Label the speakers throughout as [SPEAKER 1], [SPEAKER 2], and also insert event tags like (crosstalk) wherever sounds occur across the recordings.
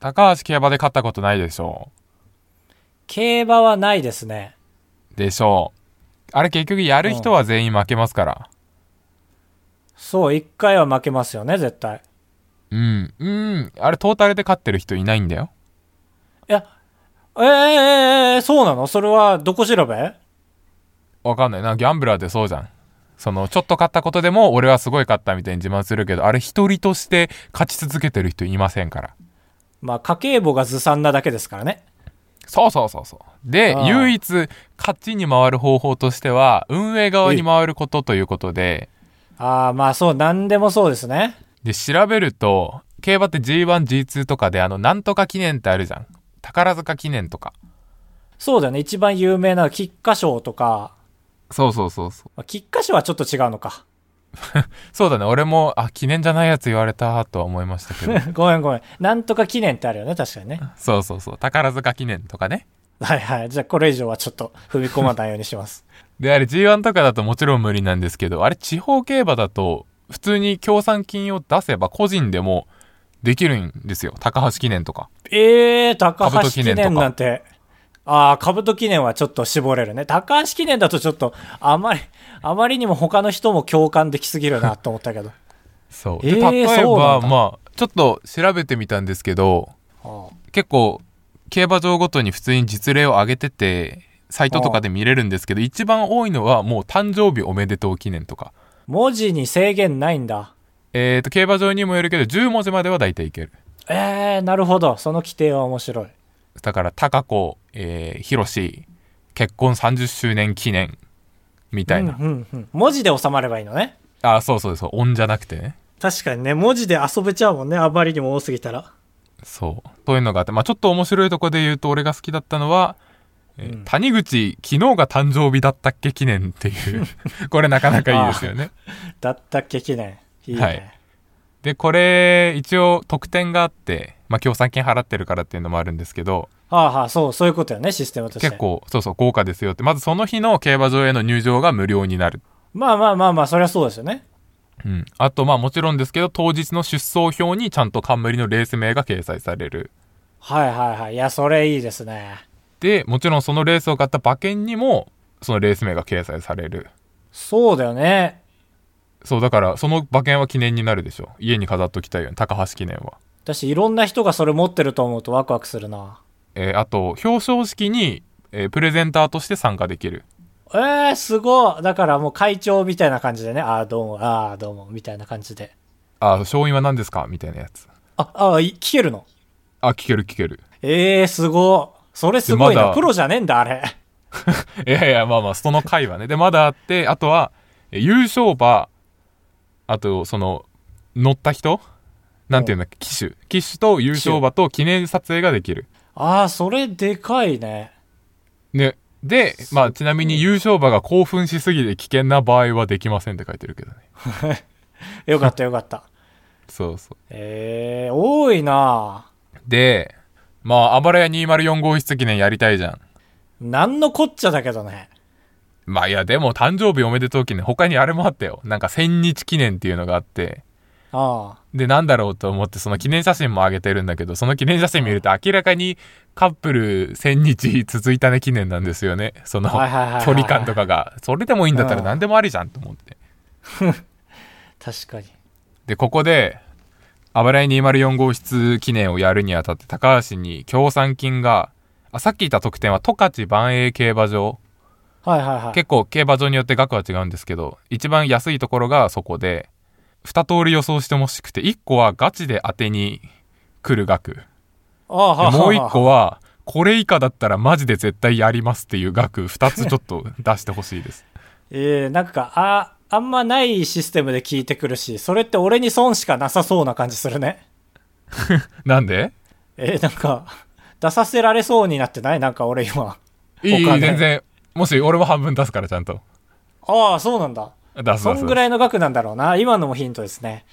[SPEAKER 1] 高橋競馬で勝ったことないでしょ
[SPEAKER 2] 競馬はないですね。
[SPEAKER 1] う。でしょう。あれ結局やる人は全員負けますから。
[SPEAKER 2] そう、一回は負けますよね、絶対。
[SPEAKER 1] うん。うん。あれトータルで勝ってる人いないんだよ。
[SPEAKER 2] いや、えー、えーえーそうなのそれは、どこ調べ
[SPEAKER 1] わかんないな。ギャンブラーってそうじゃん。その、ちょっと勝ったことでも、俺はすごい勝ったみたいに自慢するけど、あれ一人として勝ち続けてる人いませんから。
[SPEAKER 2] まあ、家計簿がずさんなだけですからね。
[SPEAKER 1] そうそうそうそう。で
[SPEAKER 2] あ、あ
[SPEAKER 1] 唯一、勝ちに回る方法としては、運営側に回ることということで、
[SPEAKER 2] ああ、まあそう、なんでもそうですね。
[SPEAKER 1] で、調べると、競馬って G1、G2 とかで、あの、なんとか記念ってあるじゃん。宝塚記念とか。
[SPEAKER 2] そうだよね。一番有名な菊花賞とか、
[SPEAKER 1] そうそうそうそう。
[SPEAKER 2] まあ菊花賞はちょっと違うのか。 (laughs)
[SPEAKER 1] そうだね。俺も、あ、記念じゃないやつ言われた、とは思いましたけ (laughs) ど。
[SPEAKER 2] ごめんごめん。なんとか記念ってあるよね、確かにね。
[SPEAKER 1] そうそうそう。宝塚記念とかね。
[SPEAKER 2] はいはい。じゃあ、これ以上はちょっと踏み込まないようにします。
[SPEAKER 1] で、あれ G1 とかだともちろん無理なんですけど、あれ地方競馬だと、普通に協賛金を出せば個人でもできるんですよ。高橋記念とか。
[SPEAKER 2] えー、高橋
[SPEAKER 1] 兜
[SPEAKER 2] 記
[SPEAKER 1] 記念とか
[SPEAKER 2] 念なんて。ああ、兜記念はちょっと絞れるね。高橋記念だとちょっと、あまり、あまりにも他の人も共感できすぎるなと思っ
[SPEAKER 1] (laughs)
[SPEAKER 2] たけど。
[SPEAKER 1] そう。
[SPEAKER 2] え
[SPEAKER 1] で、
[SPEAKER 2] ー
[SPEAKER 1] 例え
[SPEAKER 2] そうな
[SPEAKER 1] ば、
[SPEAKER 2] んだ
[SPEAKER 1] まあ、ちょっと調べてみたんですけど、
[SPEAKER 2] あ
[SPEAKER 1] 結構、競馬場ごとに普通に実例を上げてて、サイトとかで見れるんですけど、一番多いのはもう誕生日おめでとう記念とか。
[SPEAKER 2] あ文字に制限ないんだ。
[SPEAKER 1] えっ、と、競馬場にもよるけど、10文字までは大体いける。
[SPEAKER 2] えー、なるほど。その規定は面白い。
[SPEAKER 1] だから、高子、えー、ひろし、結婚30周年記念、みたいな。
[SPEAKER 2] うんうんうん。文字で収まればいいのね。
[SPEAKER 1] あ、そうそうそう、音じゃなくてね。
[SPEAKER 2] 確かにね、文字で遊べちゃうもんね。あまりにも多すぎたら。
[SPEAKER 1] そう。そういうのがあって、まあちょっと面白いとこで言うと、俺が好きだったのは、えー
[SPEAKER 2] うん
[SPEAKER 1] 谷口、昨日が誕生日だったっけ記念って
[SPEAKER 2] (laughs)
[SPEAKER 1] いう、これなかなかいいですよね。
[SPEAKER 2] だったっけ記念。いいね。
[SPEAKER 1] はいで、これ、一応特典があって、まあ協賛金払ってるからっていうのもあるんですけど、
[SPEAKER 2] はあはあ、そう、そういうことよね、システムとして。
[SPEAKER 1] 結。構、そうそう、豪華ですよって、まずその日の競馬場への入場が無料になる。
[SPEAKER 2] まあまあまあまあ、そりゃそうですよね。
[SPEAKER 1] うん。あと、まあもちろんですけど、当日の出走表にちゃんと冠のレース名が掲載される。
[SPEAKER 2] はいはいはい。いや、それいいですね。
[SPEAKER 1] で、もちろんそのレースを買った馬券にも、そのレース名が掲載される。
[SPEAKER 2] そうだよね。
[SPEAKER 1] そう、だから、その馬券は記念になるでしょ。家に飾っときたいよね、高橋記念は。
[SPEAKER 2] 私、いろんな人がそれ持ってると思うとワクワクするな。
[SPEAKER 1] えーあと、表彰式に、えープレゼンターとして参加できる。
[SPEAKER 2] えー、すごい。だからもう会長みたいな感じでね。ああ、どうも、ああ、どうも、みたいな感じで。
[SPEAKER 1] あー、勝因は何ですかみたいなやつ。
[SPEAKER 2] あ、ああ、い聞けるの。
[SPEAKER 1] あ、聞ける聞ける。
[SPEAKER 2] ええー、すごい。それすごい
[SPEAKER 1] でま
[SPEAKER 2] な。
[SPEAKER 1] だ
[SPEAKER 2] プロじゃねえんだ、あれ。
[SPEAKER 1] (laughs) いやいや、まあまあ、その回はね。で、まだあって、あとは、えー優勝馬、あと、その、乗った人なんていうんだっけ、騎手。騎手と優勝馬と記念撮影ができる。
[SPEAKER 2] ああ、それでかいね。
[SPEAKER 1] ね。で、まあ、ちなみに優勝馬が興奮しすぎて危険な場合はできませんって書いてるけどね。
[SPEAKER 2] よかったよかった。
[SPEAKER 1] そうそう。
[SPEAKER 2] ええー、多いな。
[SPEAKER 1] で、まあ、暴れ屋204号室記念やりたいじゃん。
[SPEAKER 2] なんのこっちゃだけどね。
[SPEAKER 1] まあいや、でも誕生日おめでとう記念、他にあれもあったよ。なんか1000日記念っていうのがあって、
[SPEAKER 2] あ
[SPEAKER 1] で、なんだろうと思って、その記念写真も上げてるんだけど、その記念写真見ると明らかにカップル1000日続いたね記念なんですよね。その
[SPEAKER 2] はいはいはいはいはい
[SPEAKER 1] 距離感とかが。それでもいいんだったら
[SPEAKER 2] うん
[SPEAKER 1] 何でもありじゃんと思って。
[SPEAKER 2] あ、確かに。
[SPEAKER 1] で、ここで、あばらい204号室記念をやるにあたって、高橋に協賛金が、あさっき言った特典は、十勝万栄競馬場。
[SPEAKER 2] はいはいはい。
[SPEAKER 1] 結構競馬場によって額は違うんですけど、一番安いところがそこで、二通り予想してほしくて、一個はガチで当てに来る額。で
[SPEAKER 2] ああ、はあ
[SPEAKER 1] もう一個
[SPEAKER 2] は
[SPEAKER 1] は、これ以下だったらマジで絶対やりますっていう額、二つちょっと出してほしいです。 (laughs)
[SPEAKER 2] あ。ええー、なんか、あ、あんまないシステムで聞いてくるし、それって俺に損しかなさそうな感じするね。 (laughs)
[SPEAKER 1] なんで
[SPEAKER 2] えー、なんか、出させられそうになってないなんか俺今。
[SPEAKER 1] いい、いい
[SPEAKER 2] 他ね
[SPEAKER 1] 全然。もし、俺も半分出すから、ちゃんと。
[SPEAKER 2] ああ、そうなんだ。
[SPEAKER 1] 出す
[SPEAKER 2] そ
[SPEAKER 1] 出す。
[SPEAKER 2] んぐらいの額なんだろうな。今のもヒントですね。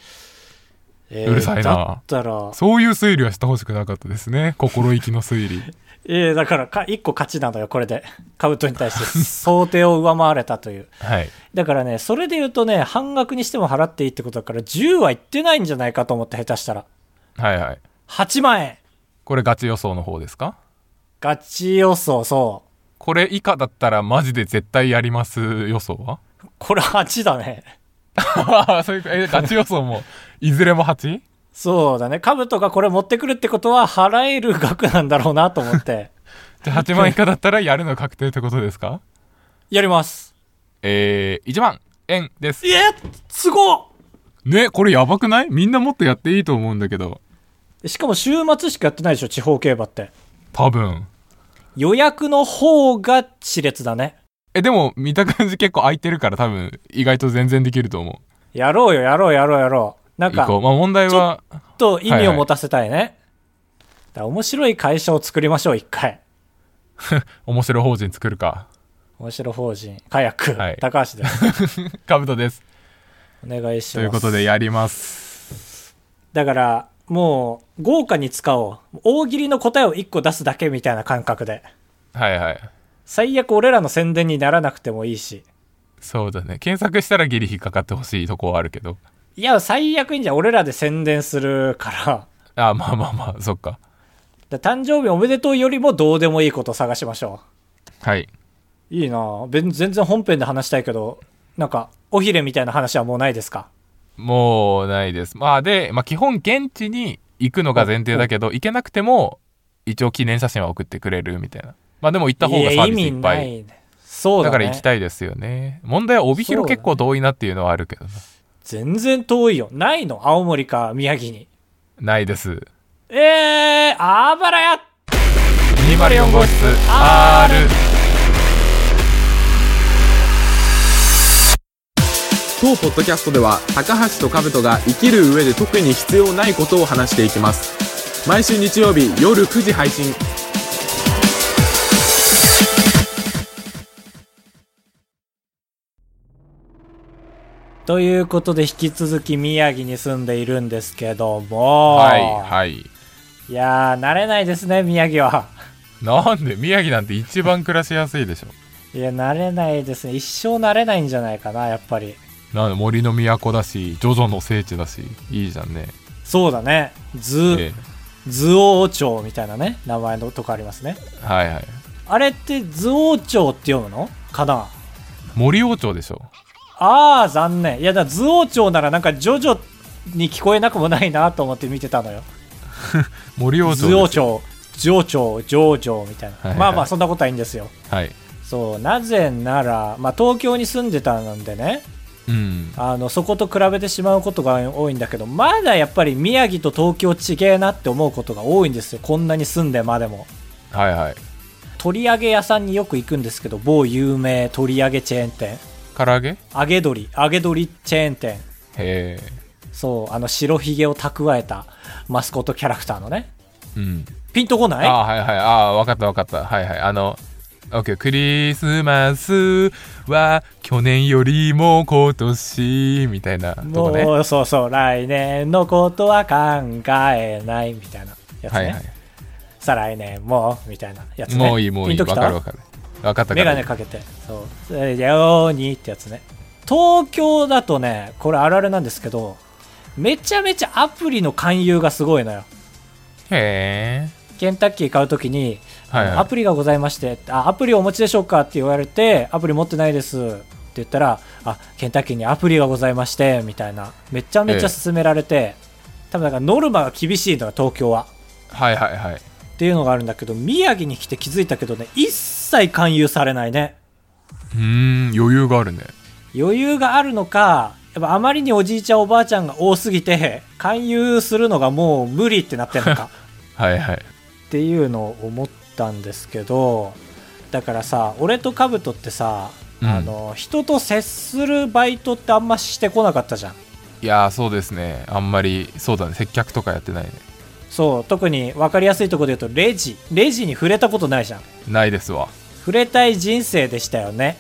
[SPEAKER 2] えー
[SPEAKER 1] うるさいな
[SPEAKER 2] だったら、
[SPEAKER 1] そういう推理はしてほしくなかったですね。心意気の推理。 (laughs)
[SPEAKER 2] えー、だからか、1個勝ちなのよ、これで。カブトに対して想定を上回れたという。
[SPEAKER 1] はい。
[SPEAKER 2] だからね、それで言うとね、半額にしても払っていいってことだから、10はいってないんじゃないかと思って、下手したら。
[SPEAKER 1] はいはい。
[SPEAKER 2] 8万円
[SPEAKER 1] これガチ予想の方ですか
[SPEAKER 2] ガチ予想、そ
[SPEAKER 1] これ以下だったらマジで絶対やります予想は
[SPEAKER 2] う。これ8だね。
[SPEAKER 1] (laughs) そういうえガチ予想も (laughs) いずれも 8?
[SPEAKER 2] そうだね。兜がこれ持ってくるってことは払える額なんだろうなと思って。
[SPEAKER 1] じゃあ8万以下だったらやるの確定ってことですか
[SPEAKER 2] (laughs) やります。
[SPEAKER 1] えー、1万円です
[SPEAKER 2] えすご
[SPEAKER 1] ねこれやばくないみんなもっとやっていいと思うんだけど
[SPEAKER 2] っしかも週末しかやってないでしょ、地方競馬って。
[SPEAKER 1] 多分
[SPEAKER 2] 予約の方が熾烈だね。
[SPEAKER 1] えでも見た感じ結構空いてるから多分意外と全然できると思う
[SPEAKER 2] やろうよ、やろう、やろう、やろう。なん
[SPEAKER 1] 行
[SPEAKER 2] か、
[SPEAKER 1] こうまあ問題は
[SPEAKER 2] ちょっと意味を持たせたいね。だから面白い会社を作りましょう、一回。
[SPEAKER 1] 面白法人作るか (laughs)
[SPEAKER 2] 面白法人、カヤック、
[SPEAKER 1] はい
[SPEAKER 2] 高橋です。
[SPEAKER 1] カブトです
[SPEAKER 2] お願いします。
[SPEAKER 1] ということでやります
[SPEAKER 2] だから、もう、豪華に使おう。大喜利の答えを一個出すだけみたいな感覚で。
[SPEAKER 1] はいはい
[SPEAKER 2] 最悪俺らの宣伝にならなくてもいいし。
[SPEAKER 1] そうだね検索したらギリ引っかかってほしいとこはあるけど
[SPEAKER 2] いや、最悪いいんじゃん。俺らで宣伝するから。
[SPEAKER 1] あまあまあまあそっか
[SPEAKER 2] だから誕生日おめでとうよりもどうでもいいことを探しましょ
[SPEAKER 1] はい。
[SPEAKER 2] う。いいなべん全然本編で話したいけど、なんか、尾ひれみたいな話はもうないですか
[SPEAKER 1] もうないです。まあで、まあ基本現地に行くのが前提だけど、行けなくても、一応記念写真は送ってくれるみたいな。まあでも行った方がサービスいっぱい。
[SPEAKER 2] や意味ないそう
[SPEAKER 1] だ
[SPEAKER 2] だ,、ね、
[SPEAKER 1] から行きたいですよね。問題は帯広結構遠いなっていうのはあるけどな、
[SPEAKER 2] 全然遠いよないの青森か宮城に
[SPEAKER 1] ないです。
[SPEAKER 2] えー、あばらや
[SPEAKER 1] 204号室 R。
[SPEAKER 3] 当ポッドキャストでは高橋と兜が生きる上で特に必要ないことを話していきます毎週日曜日夜9時配信
[SPEAKER 2] ということで引き続き宮城に住んでいるんですけども、
[SPEAKER 1] はい、はい。
[SPEAKER 2] い、やー慣れないですね宮城は (laughs)
[SPEAKER 1] なんで宮城なんて一番暮らしやすいでしょ。
[SPEAKER 2] いや慣れないですね一生慣れないんじゃないかなやっぱり
[SPEAKER 1] なんで森の都だし、ジョジョの聖地だし、いいじゃんね。
[SPEAKER 2] そうだね図、
[SPEAKER 1] え
[SPEAKER 2] 図王町みたいなね名前のとこありますね
[SPEAKER 1] えはいはい。
[SPEAKER 2] あれって図王町って読むのかな
[SPEAKER 1] 森王朝でしょ。
[SPEAKER 2] あー残念いやだから図王町ならなんかジョジョに聞こえなくもないなと思って見てた
[SPEAKER 1] (laughs)
[SPEAKER 2] のよ
[SPEAKER 1] 森王朝です
[SPEAKER 2] 図王朝上町上町みたいな、
[SPEAKER 1] はいはい
[SPEAKER 2] まあまあそんなことはいいんですよ
[SPEAKER 1] はい。
[SPEAKER 2] そうなぜなら、まあ、東京に住んでたなんでね
[SPEAKER 1] うん。
[SPEAKER 2] あのそこと比べてしまうことが多いんだけどまだやっぱり宮城と東京ちげえなって思うことが多いんですよこんなに住んでまでも
[SPEAKER 1] はいはい。
[SPEAKER 2] 取り揚げ屋さんによく行くんですけど某有名取り揚げチェーン店
[SPEAKER 1] 唐揚げへ
[SPEAKER 2] 揚げ鶏揚げ鶏チェーン店
[SPEAKER 1] え。
[SPEAKER 2] そうあの白ひげを蓄えたマスコットキャラクターのね
[SPEAKER 1] うん。
[SPEAKER 2] ピンとこ
[SPEAKER 1] あ
[SPEAKER 2] ない
[SPEAKER 1] あ、はいはい。ああ、わかったわかった。はいはい。あの、オッケー。クリスマスは去年よりも今年みたいなと
[SPEAKER 2] も
[SPEAKER 1] こ
[SPEAKER 2] う、
[SPEAKER 1] ね。
[SPEAKER 2] そうそう来年のことは考えないみたいなやつね、
[SPEAKER 1] はいは
[SPEAKER 2] 再来年もみたいなやつ
[SPEAKER 1] い。
[SPEAKER 2] ね
[SPEAKER 1] もういいもうい
[SPEAKER 2] ピ
[SPEAKER 1] い。
[SPEAKER 2] ンと
[SPEAKER 1] わ
[SPEAKER 2] き
[SPEAKER 1] か
[SPEAKER 2] た
[SPEAKER 1] るわかる。わかった
[SPEAKER 2] メ
[SPEAKER 1] か
[SPEAKER 2] ガネ
[SPEAKER 1] ら。
[SPEAKER 2] かけてそうそれでよーにってやつね東京だとねこれあるあるなんですけどめちゃめちゃアプリの勧誘がすごいのよ
[SPEAKER 1] へえ。
[SPEAKER 2] ケンタッキー買うときに、
[SPEAKER 1] はいはい
[SPEAKER 2] アプリがございましてあアプリお持ちでしょうかって言われてアプリ持ってないですって言ったらあケンタッキーにアプリがございましてみたいなめちゃめちゃ勧められて、多分なんかノルマが厳しいのよ東京は
[SPEAKER 1] はいはいはい。
[SPEAKER 2] っていうのがあるんだけど宮城に来て気づいたけどね一切勧誘されないね
[SPEAKER 1] うーん、余裕があるね。
[SPEAKER 2] 余裕があるのかやっぱあまりにおじいちゃんおばあちゃんが多すぎて勧誘するのがもう無理ってなってる
[SPEAKER 1] (laughs)
[SPEAKER 2] のか
[SPEAKER 1] はいはい。
[SPEAKER 2] っていうのを思ったんですけどだからさ俺とカブトってさ、
[SPEAKER 1] うん
[SPEAKER 2] あの人と接するバイトってあんましてこなかったじゃん
[SPEAKER 1] いやー、そうですね。あんまり、そうだね。接客とかやってないね。
[SPEAKER 2] そう特に分かりやすいところで言うとレジレジに触れたことないじゃん
[SPEAKER 1] ないですわ。
[SPEAKER 2] 触れたい人生でしたよね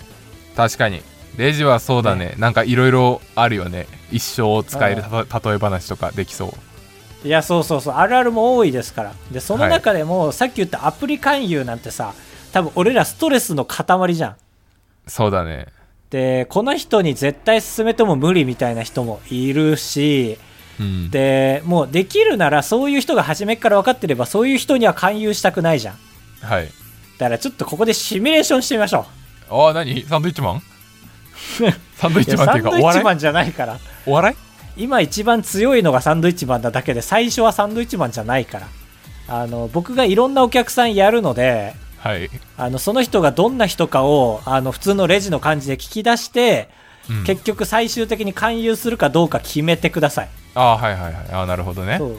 [SPEAKER 1] 確かにレジはそうだねなんかいろいろあるよね一生使えるたと例え話とかできそう
[SPEAKER 2] いやそうそうそうあるあるも多いですからでその中でも、さっき言ったアプリ勧誘なんてさ多分俺らストレスの塊じゃん
[SPEAKER 1] そうだね
[SPEAKER 2] でこの人に絶対勧めても無理みたいな人もいるし、
[SPEAKER 1] うん
[SPEAKER 2] でもうできるならそういう人が初めっから分かってればそういう人には勧誘したくないじゃん
[SPEAKER 1] はい
[SPEAKER 2] だからちょっとここでシミュレーションしてみましょ
[SPEAKER 1] ああ何サンドイッチ
[SPEAKER 2] (laughs)
[SPEAKER 1] マンサンドイ
[SPEAKER 2] う
[SPEAKER 1] ッ
[SPEAKER 2] い
[SPEAKER 1] チ
[SPEAKER 2] や
[SPEAKER 1] マンっ
[SPEAKER 2] サ
[SPEAKER 1] ていう
[SPEAKER 2] ン
[SPEAKER 1] か
[SPEAKER 2] ドイ
[SPEAKER 1] お
[SPEAKER 2] ッチマ
[SPEAKER 1] 笑い
[SPEAKER 2] ンじゃないから
[SPEAKER 1] お笑い
[SPEAKER 2] 今一番強いのがサンドイッチマンなだけで最初はサンドイッチマンじゃないからあの僕がいろんなお客さんやるので
[SPEAKER 1] はい、
[SPEAKER 2] あのその人がどんな人かをあの普通のレジの感じで聞き出して、
[SPEAKER 1] うん
[SPEAKER 2] 結局最終的に勧誘するかどうか決めてください
[SPEAKER 1] ああはいはいはいああなるほどね
[SPEAKER 2] そう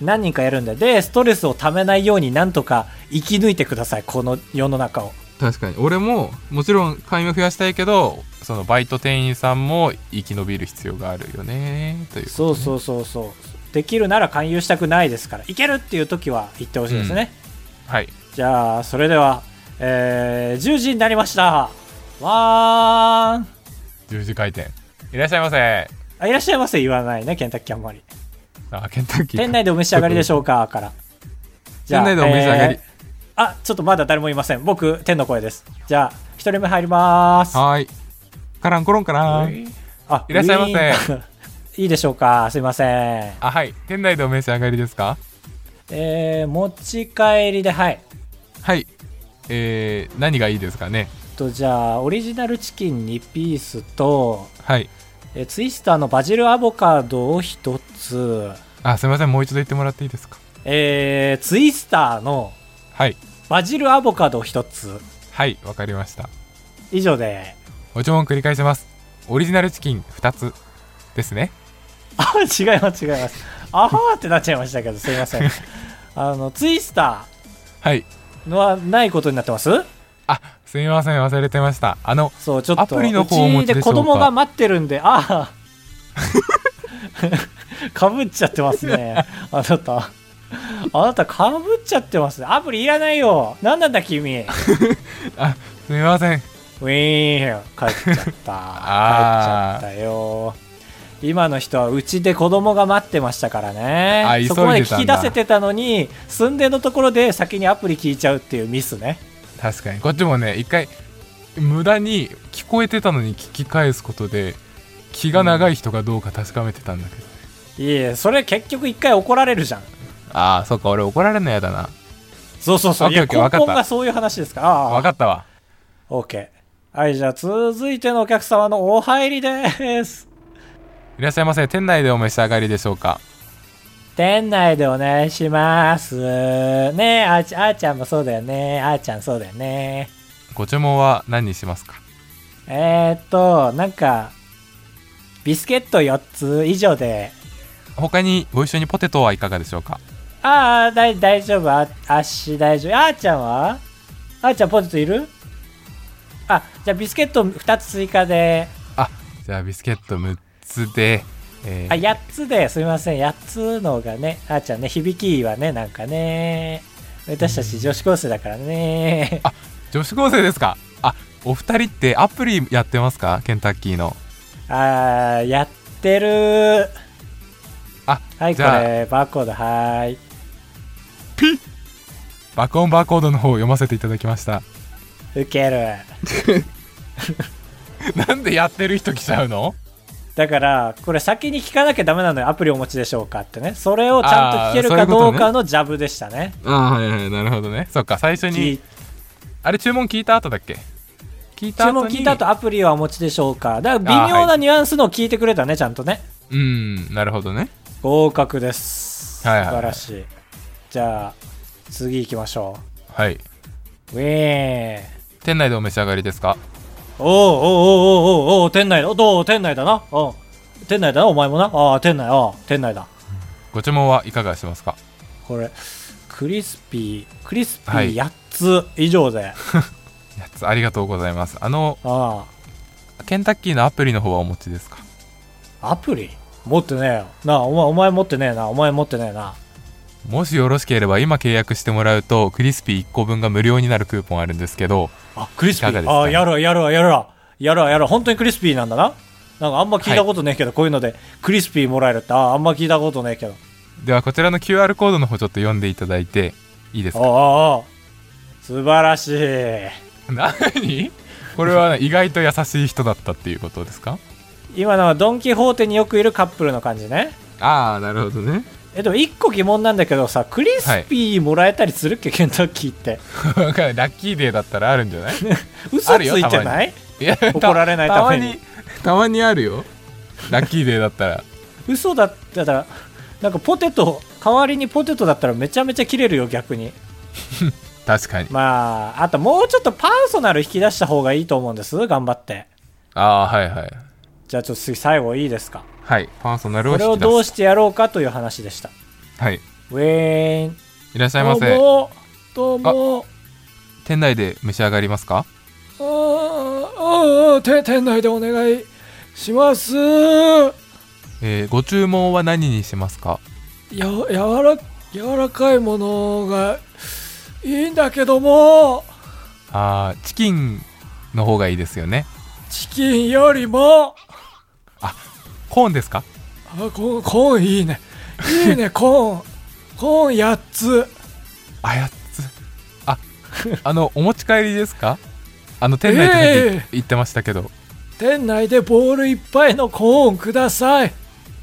[SPEAKER 2] 何人かやるんででストレスをためないようになんとか生き抜いてくださいこの世の中を
[SPEAKER 1] 確かに俺ももちろん会員を増やしたいけどそのバイト店員さんも生き延びる必要があるよねということ
[SPEAKER 2] そう
[SPEAKER 1] う
[SPEAKER 2] そうそうそうできるなら勧誘したくないですからいけるっていう時は言ってほしいですね、
[SPEAKER 1] はい
[SPEAKER 2] じゃあそれでは、えー10時になりましたわーん
[SPEAKER 1] 十字回転いらっしゃいませ
[SPEAKER 2] あいらっしゃいませ言わないねケンタッキーあんまり
[SPEAKER 1] あケンタッキーか
[SPEAKER 2] 店内でお召し上がりでしょうかから
[SPEAKER 1] (laughs) 店内でお召し上がり、
[SPEAKER 2] えーあちょっとまだ誰もいません僕天の声ですじゃあ一人目入ります
[SPEAKER 1] はーいカランコロンカラン
[SPEAKER 2] あ
[SPEAKER 1] いらっしゃいませ
[SPEAKER 2] ウィーン (laughs) いいでしょうかすいません
[SPEAKER 1] あはい店内でお召し上がりですか
[SPEAKER 2] えー、持ち帰りではい
[SPEAKER 1] はいえー、何がいいですかね
[SPEAKER 2] とじゃあオリジナルチキン2ピースと、
[SPEAKER 1] はい
[SPEAKER 2] えーツイスターのバジルアボカドを1つ
[SPEAKER 1] あすいませんもう一度言ってもらっていいですか
[SPEAKER 2] えー、ツイスターの
[SPEAKER 1] はい
[SPEAKER 2] バジルアボカド1つ
[SPEAKER 1] はいわかりました
[SPEAKER 2] 以上で
[SPEAKER 1] ご注文繰り返しますオリジナルチキン2つですね
[SPEAKER 2] あ違います違いますあはーってなっちゃいましたけどすいませ
[SPEAKER 1] (laughs)
[SPEAKER 2] んあのツイスタ
[SPEAKER 1] はい
[SPEAKER 2] ーのはないことになってます
[SPEAKER 1] あすみません忘れてましたあの
[SPEAKER 2] そうちょっと
[SPEAKER 1] アプリの方をお持
[SPEAKER 2] う
[SPEAKER 1] ち
[SPEAKER 2] ち
[SPEAKER 1] でし
[SPEAKER 2] で
[SPEAKER 1] ょうか
[SPEAKER 2] 子供が待ってるんで
[SPEAKER 1] (laughs)
[SPEAKER 2] ああかぶっちゃってますねあなたあなたかぶっちゃってますねアプリいらないよ何なんだ君ウ
[SPEAKER 1] あすみません
[SPEAKER 2] ィーン帰っちゃった帰っちゃ
[SPEAKER 1] (laughs) あー
[SPEAKER 2] ったよ今の人はうちで子供が待ってましたから
[SPEAKER 1] あ
[SPEAKER 2] ね
[SPEAKER 1] 急いでたんだ
[SPEAKER 2] そこまで聞き出せてたのに寸でのところで先にアプリ聞いちゃうっていうミスね
[SPEAKER 1] 確かにこっちもね一回無駄に聞こえてたのに聞き返すことで気が長い人がどうか確かめてたんだけど、
[SPEAKER 2] いえいえそれ結局一回怒られるじゃん
[SPEAKER 1] ああそっか俺怒られるのやだな
[SPEAKER 2] そうそうそう。
[SPEAKER 1] オッ
[SPEAKER 2] い
[SPEAKER 1] ケー
[SPEAKER 2] や、
[SPEAKER 1] オッケーわか
[SPEAKER 2] 根
[SPEAKER 1] った
[SPEAKER 2] 本がそういう話ですから。あ
[SPEAKER 1] わ
[SPEAKER 2] あ、
[SPEAKER 1] かったわ
[SPEAKER 2] オッケー。はい、じゃあ続いてのお客様のお入りです。 (laughs)
[SPEAKER 1] いらっしゃいませ店内でお召し上がりでしょうか
[SPEAKER 2] 店内でお願いします。ねえ、あーちゃん、あーちゃんもそうだよね。あーちゃんそうだよね。
[SPEAKER 1] ご注文は何にしますか
[SPEAKER 2] えー、っと、なんか、ビスケット4つ以上で。
[SPEAKER 1] 他にご一緒にポテトはいかがでしょうか
[SPEAKER 2] ああ、だい大丈夫。あ、あっし大丈夫。あーちゃんはあーちゃんポテトいるあ、じゃあビスケット2つ追加で。
[SPEAKER 1] あじゃあビスケット6つで、え
[SPEAKER 2] あ
[SPEAKER 1] ー、
[SPEAKER 2] 8つですみません8つのがねあーちゃんね響きはねなんかね私たち女子高生だからね
[SPEAKER 1] あ女子高生ですかあお二人ってアプリやってますかケンタッキーの
[SPEAKER 2] あーやってる
[SPEAKER 1] あ
[SPEAKER 2] はいこ
[SPEAKER 1] じゃあ
[SPEAKER 2] れバーコードはーい
[SPEAKER 1] 爆音バーコードの方を読ませていただきました (laughs)
[SPEAKER 2] ウケる
[SPEAKER 1] なんでやってる人来ちゃうの
[SPEAKER 2] だからこれ先に聞かなきゃダメなのよアプリお持ちでしょうかってねそれをちゃんと聞ける
[SPEAKER 1] あーそ
[SPEAKER 2] か
[SPEAKER 1] ういうこと
[SPEAKER 2] ど
[SPEAKER 1] ね
[SPEAKER 2] うかのジャブでしたね
[SPEAKER 1] あはいはいなるほどねそっか最初に
[SPEAKER 2] き
[SPEAKER 1] あれ注文聞いた後だっけ聞いた
[SPEAKER 2] 注
[SPEAKER 1] 後
[SPEAKER 2] 文
[SPEAKER 1] に
[SPEAKER 2] 聞いた後アプリはお持ちでしょうかだから
[SPEAKER 1] あー
[SPEAKER 2] 微
[SPEAKER 1] は
[SPEAKER 2] 妙
[SPEAKER 1] い
[SPEAKER 2] なニュアンスのを聞いてくれたねちゃんとね
[SPEAKER 1] うんなるほどね
[SPEAKER 2] 合格です、
[SPEAKER 1] はいはい
[SPEAKER 2] 素晴
[SPEAKER 1] はい
[SPEAKER 2] らしいじゃあ次行きましょ
[SPEAKER 1] はいう
[SPEAKER 2] ウェーン
[SPEAKER 1] 店内でお召し上がりですか
[SPEAKER 2] おうおうおうおうおうおう店内だおどう店内だなお店内だなお前もなああ店内ああ店内だ
[SPEAKER 1] ご注文はいかがしますか
[SPEAKER 2] これクリスピークリスピ
[SPEAKER 1] は
[SPEAKER 2] ー
[SPEAKER 1] い
[SPEAKER 2] 8つ以上で、
[SPEAKER 1] やつありがとうございますあの
[SPEAKER 2] あ
[SPEAKER 1] ケンタッキーのアプリの方はお持ちですか
[SPEAKER 2] あアプリ持ってねえよなあお前お前持ってねえなお前持ってねえな
[SPEAKER 1] もしよろしければ今契約してもらうとクリスピー1個分が無料になるクーポンあるんですけど
[SPEAKER 2] あクリスピ
[SPEAKER 1] いかが
[SPEAKER 2] ー
[SPEAKER 1] ですか
[SPEAKER 2] ああやろうやろうやろうやろうやろう本当にクリスピーなんだななんかあんま聞いたことねえけど、こういうのでクリスピーもらえるってあああんま聞いたことねえけど
[SPEAKER 1] ではこちらの QR コードの方ちょっと読んでいただいていいです
[SPEAKER 2] お
[SPEAKER 1] か
[SPEAKER 2] おお素晴らしい
[SPEAKER 1] 何これは意外と優しい人だったっていうことですか
[SPEAKER 2] 今のはドン・キホーテによくいるカップルの感じね
[SPEAKER 1] ああなるほどね
[SPEAKER 2] えでも一個疑問なんだけどさクリスピーもらえたりするっけ、ケンタッキーって
[SPEAKER 1] ラッキーデーだったらあるんじ (laughs) ゃない
[SPEAKER 2] 嘘ついてない
[SPEAKER 1] いやた
[SPEAKER 2] 怒られないため
[SPEAKER 1] たま
[SPEAKER 2] に
[SPEAKER 1] にたまにあるよラッキーデーだったら
[SPEAKER 2] 嘘だったらなんかポテト代わりにポテトだったらめちゃめちゃ切れるよ逆に
[SPEAKER 1] 確かに
[SPEAKER 2] まああともうちょっとパーソナル引き出した方がいいと思うんです頑張って
[SPEAKER 1] ああーはいはい
[SPEAKER 2] じゃあちょっと次最後いいですか
[SPEAKER 1] はいパーソナルを
[SPEAKER 2] こ
[SPEAKER 1] 引
[SPEAKER 2] れを
[SPEAKER 1] き
[SPEAKER 2] ど
[SPEAKER 1] 出
[SPEAKER 2] う
[SPEAKER 1] す
[SPEAKER 2] してやろうかという話でした
[SPEAKER 1] はい
[SPEAKER 2] ウェーン
[SPEAKER 1] いらっしゃい
[SPEAKER 2] ど
[SPEAKER 1] ま
[SPEAKER 2] う
[SPEAKER 1] せ
[SPEAKER 2] もどうも
[SPEAKER 1] 店内で召し上がりますか
[SPEAKER 2] ああああて店内でお願いします
[SPEAKER 1] えーご注文は何にしますか
[SPEAKER 2] や柔ら柔らかいものがいいんだけども
[SPEAKER 1] あーチキンの方がいいですよね
[SPEAKER 2] チキンよりも
[SPEAKER 1] コーンですか
[SPEAKER 2] あココーンいいねいいねコーンコーン8つ
[SPEAKER 1] あやつあ (laughs) あのお持ち帰りですかあの店内でさっき
[SPEAKER 2] ええ
[SPEAKER 1] 言ってましたけど
[SPEAKER 2] 店内でボールいっぱいのコーンください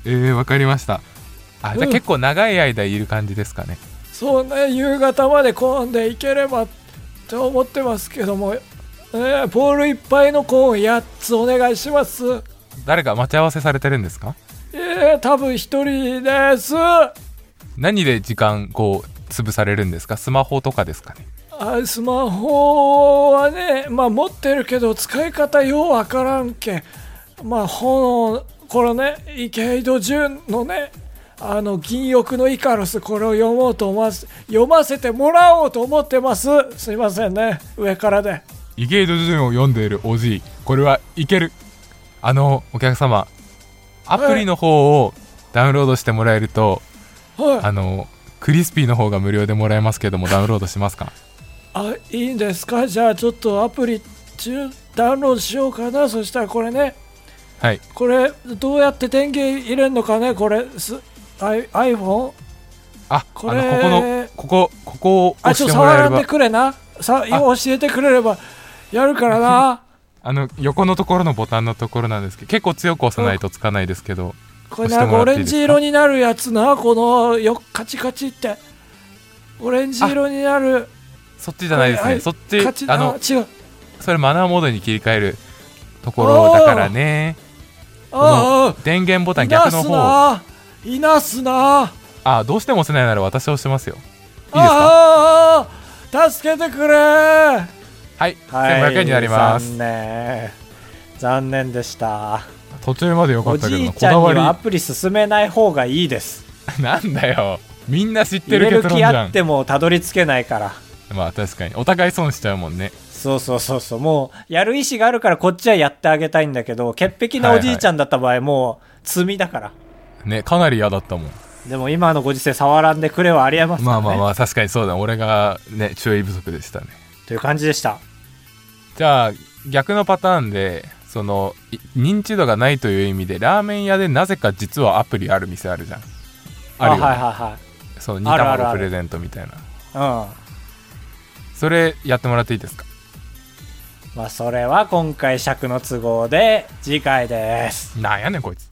[SPEAKER 1] えー、わかりましたあじゃあ
[SPEAKER 2] うん
[SPEAKER 1] 結構長い間いる感じですかね、
[SPEAKER 2] そうね夕方までコーンでいければって思ってますけども、えーボールいっぱいのコーン8つお願いします
[SPEAKER 1] 誰か待ち合わせされてるんですか
[SPEAKER 2] えー、多分一人ですあ
[SPEAKER 1] 何で時間こう潰されるんですかスマホとかですかね
[SPEAKER 2] スマホはねまあ持ってるけど使い方ようわからんけんまあ炎これね池井戸潤のねあの銀翼のイカロスこれを読もうと思わせ読ませてもらおうと思ってますすいませんね上からで
[SPEAKER 1] 池井戸潤を読んでいるおじいこれはいけるあのお客様アプリの方をダウンロードしてもらえると
[SPEAKER 2] はい
[SPEAKER 1] あのクリスピーの方が無料でもらえますけ
[SPEAKER 2] (laughs)
[SPEAKER 1] どもダウンロードしますか
[SPEAKER 2] あいいんですかじゃあちょっとアプリ中ダウンロードしようかなそしたらこれね
[SPEAKER 1] はい
[SPEAKER 2] これどうやって電源入れるのかねこれすアイ iPhone?
[SPEAKER 1] あ
[SPEAKER 2] こ
[SPEAKER 1] あ
[SPEAKER 2] れ
[SPEAKER 1] のここのここここを
[SPEAKER 2] あ
[SPEAKER 1] 押
[SPEAKER 2] ちょ
[SPEAKER 1] し
[SPEAKER 2] ってと
[SPEAKER 1] も
[SPEAKER 2] 触
[SPEAKER 1] らえ
[SPEAKER 2] ら
[SPEAKER 1] れ
[SPEAKER 2] んで
[SPEAKER 1] ば
[SPEAKER 2] くれなさ今教えてくれればやるからな
[SPEAKER 1] あの横のところのボタンのところなんですけど結構強く押さないとつかないですけど
[SPEAKER 2] これ
[SPEAKER 1] 押して
[SPEAKER 2] なん
[SPEAKER 1] も
[SPEAKER 2] からオ
[SPEAKER 1] っていい
[SPEAKER 2] レン
[SPEAKER 1] ですか
[SPEAKER 2] ジ色になるやつなこのよカチカチってオレンジ色になる
[SPEAKER 1] そっちじゃないです
[SPEAKER 2] は
[SPEAKER 1] ね
[SPEAKER 2] い
[SPEAKER 1] そっち
[SPEAKER 2] カチ
[SPEAKER 1] あの
[SPEAKER 2] 違う
[SPEAKER 1] それマナーモードに切り替えるところだからね
[SPEAKER 2] あ
[SPEAKER 1] 電源ボ
[SPEAKER 2] あ
[SPEAKER 1] タ
[SPEAKER 2] い
[SPEAKER 1] ン
[SPEAKER 2] な
[SPEAKER 1] 逆の
[SPEAKER 2] す
[SPEAKER 1] 方
[SPEAKER 2] ないなすな
[SPEAKER 1] あどうしても押せないなら私押しますよいいですか
[SPEAKER 2] ああ助けてくれは
[SPEAKER 1] はい1500円になります
[SPEAKER 2] 残念残念でした
[SPEAKER 1] 途中までよか
[SPEAKER 2] お
[SPEAKER 1] ったけど
[SPEAKER 2] じ
[SPEAKER 1] ないこ
[SPEAKER 2] ちゃん
[SPEAKER 1] だ
[SPEAKER 2] にはア
[SPEAKER 1] わ
[SPEAKER 2] プリ進めない方がいいです
[SPEAKER 1] りなんだよみんな知って
[SPEAKER 2] 入
[SPEAKER 1] る
[SPEAKER 2] れる
[SPEAKER 1] 結論じ
[SPEAKER 2] 気
[SPEAKER 1] ゃ
[SPEAKER 2] あ
[SPEAKER 1] ん
[SPEAKER 2] ってもたどり着けないから (laughs)
[SPEAKER 1] まあ確かにお互い損しちゃうもんね
[SPEAKER 2] そうそうそうそうもうやる意思があるからこっちはやってあげたいんだけど潔癖なおじいちゃんだった場合、もう罪だから
[SPEAKER 1] ねかなり嫌だったもん
[SPEAKER 2] でも今のご時世触らんでくれはありえますか
[SPEAKER 1] ま
[SPEAKER 2] ら、
[SPEAKER 1] あ
[SPEAKER 2] ね、
[SPEAKER 1] まあまあ確かにそうだ俺がね注意不足でしたね
[SPEAKER 2] という感じでした
[SPEAKER 1] じゃあ逆のパターンでそのい認知度がないという意味でラーメン屋でなぜか実はアプリある店あるじゃんあるよ、ね
[SPEAKER 2] はいは
[SPEAKER 1] その煮
[SPEAKER 2] あるある
[SPEAKER 1] 卵
[SPEAKER 2] あ
[SPEAKER 1] プ
[SPEAKER 2] る
[SPEAKER 1] レゼントみたいな
[SPEAKER 2] はいはいうん
[SPEAKER 1] それやってもらっていいですか
[SPEAKER 2] まあそれは今回尺の都合で次回です
[SPEAKER 1] なんやねんこいつ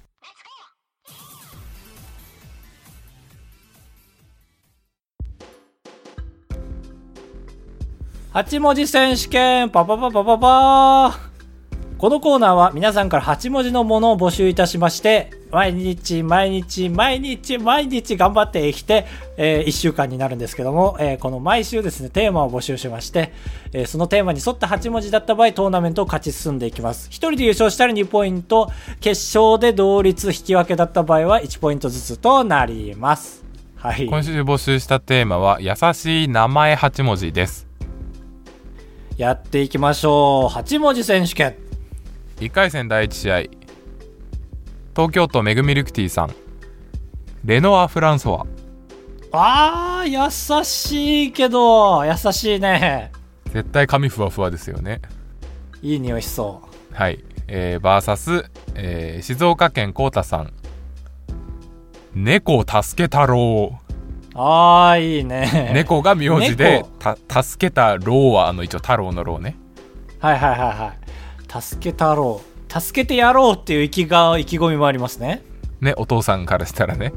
[SPEAKER 2] 8文字選手権パパパパパパーこのコーナーは皆さんから8文字のものを募集いたしまして毎日毎日毎日毎日頑張って生きて、え1週間になるんですけども、えーこの毎週ですねテーマを募集しまして、えーそのテーマに沿った8文字だった場合トーナメントを勝ち進んでいきます1人で優勝したら2ポイント決勝で同率引き分けだった場合は1ポイントずつとなりますはい
[SPEAKER 1] 今週募集したテーマは「優しい名前8文字」です
[SPEAKER 2] やっていきましょう8文字選手権
[SPEAKER 1] 1回戦第1試合東京都めぐみルクティさんレノア・フランソワ
[SPEAKER 2] あー優しいけど優しいね
[SPEAKER 1] 絶対髪ふわふわですよね
[SPEAKER 2] いい匂いしそう
[SPEAKER 1] はい、えー、バーサス、えー静岡県こうたさん猫助けたろう
[SPEAKER 2] あーいいね
[SPEAKER 1] 猫が名字で
[SPEAKER 2] 猫
[SPEAKER 1] た助けたろうはあの一応太郎のろうね
[SPEAKER 2] はいはいはいはい助けたろう助けてやろうっていう意気が意気込みもありますね
[SPEAKER 1] ね、お父さんからしたらね。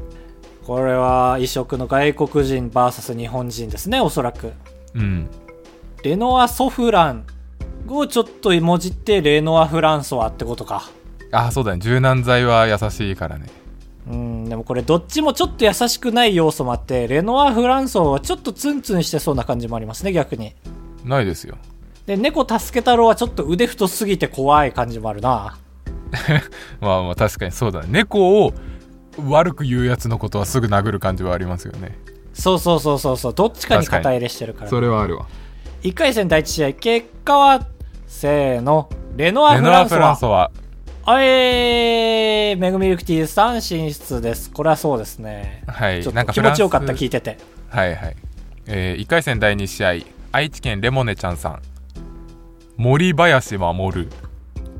[SPEAKER 2] これは異色の外国人 VS 日本人ですねおそらく
[SPEAKER 1] うん。
[SPEAKER 2] レノア・ソフランをちょっともじってレノア・フランソワってことか
[SPEAKER 1] ああ、そうだね。柔軟剤は優しいからね。
[SPEAKER 2] うんでもこれどっちもちょっと優しくない要素もあってレノア・フランソワはちょっとツンツンしてそうな感じもありますね逆に
[SPEAKER 1] ないですよ。
[SPEAKER 2] で猫助け太郎はちょっと腕太すぎて怖い感じもあるな
[SPEAKER 1] まあまあ確かにそうだね。猫を悪く言うやつのことはすぐ殴る感じはありますよね。
[SPEAKER 2] そうそうそうそうそうどっちかに
[SPEAKER 1] 確かに
[SPEAKER 2] 肩入れしてるから
[SPEAKER 1] れはあるわ。
[SPEAKER 2] 1回戦第1試合結果はせーのレノア・
[SPEAKER 1] レ
[SPEAKER 2] フ
[SPEAKER 1] ノ
[SPEAKER 2] ラ
[SPEAKER 1] ア・
[SPEAKER 2] ンソ
[SPEAKER 1] フラン
[SPEAKER 2] ワ
[SPEAKER 1] ソは、
[SPEAKER 2] はい、めぐみゆき T さん進出です。これはそうですね。
[SPEAKER 1] はい
[SPEAKER 2] ちょ、っ
[SPEAKER 1] なん
[SPEAKER 2] と
[SPEAKER 1] か
[SPEAKER 2] 気
[SPEAKER 1] フ
[SPEAKER 2] 持
[SPEAKER 1] ラン
[SPEAKER 2] ち
[SPEAKER 1] ス
[SPEAKER 2] よかった、聞いてて。
[SPEAKER 1] はいはい。え1回戦第2試合、愛知県レモネちゃんさん。森林守る。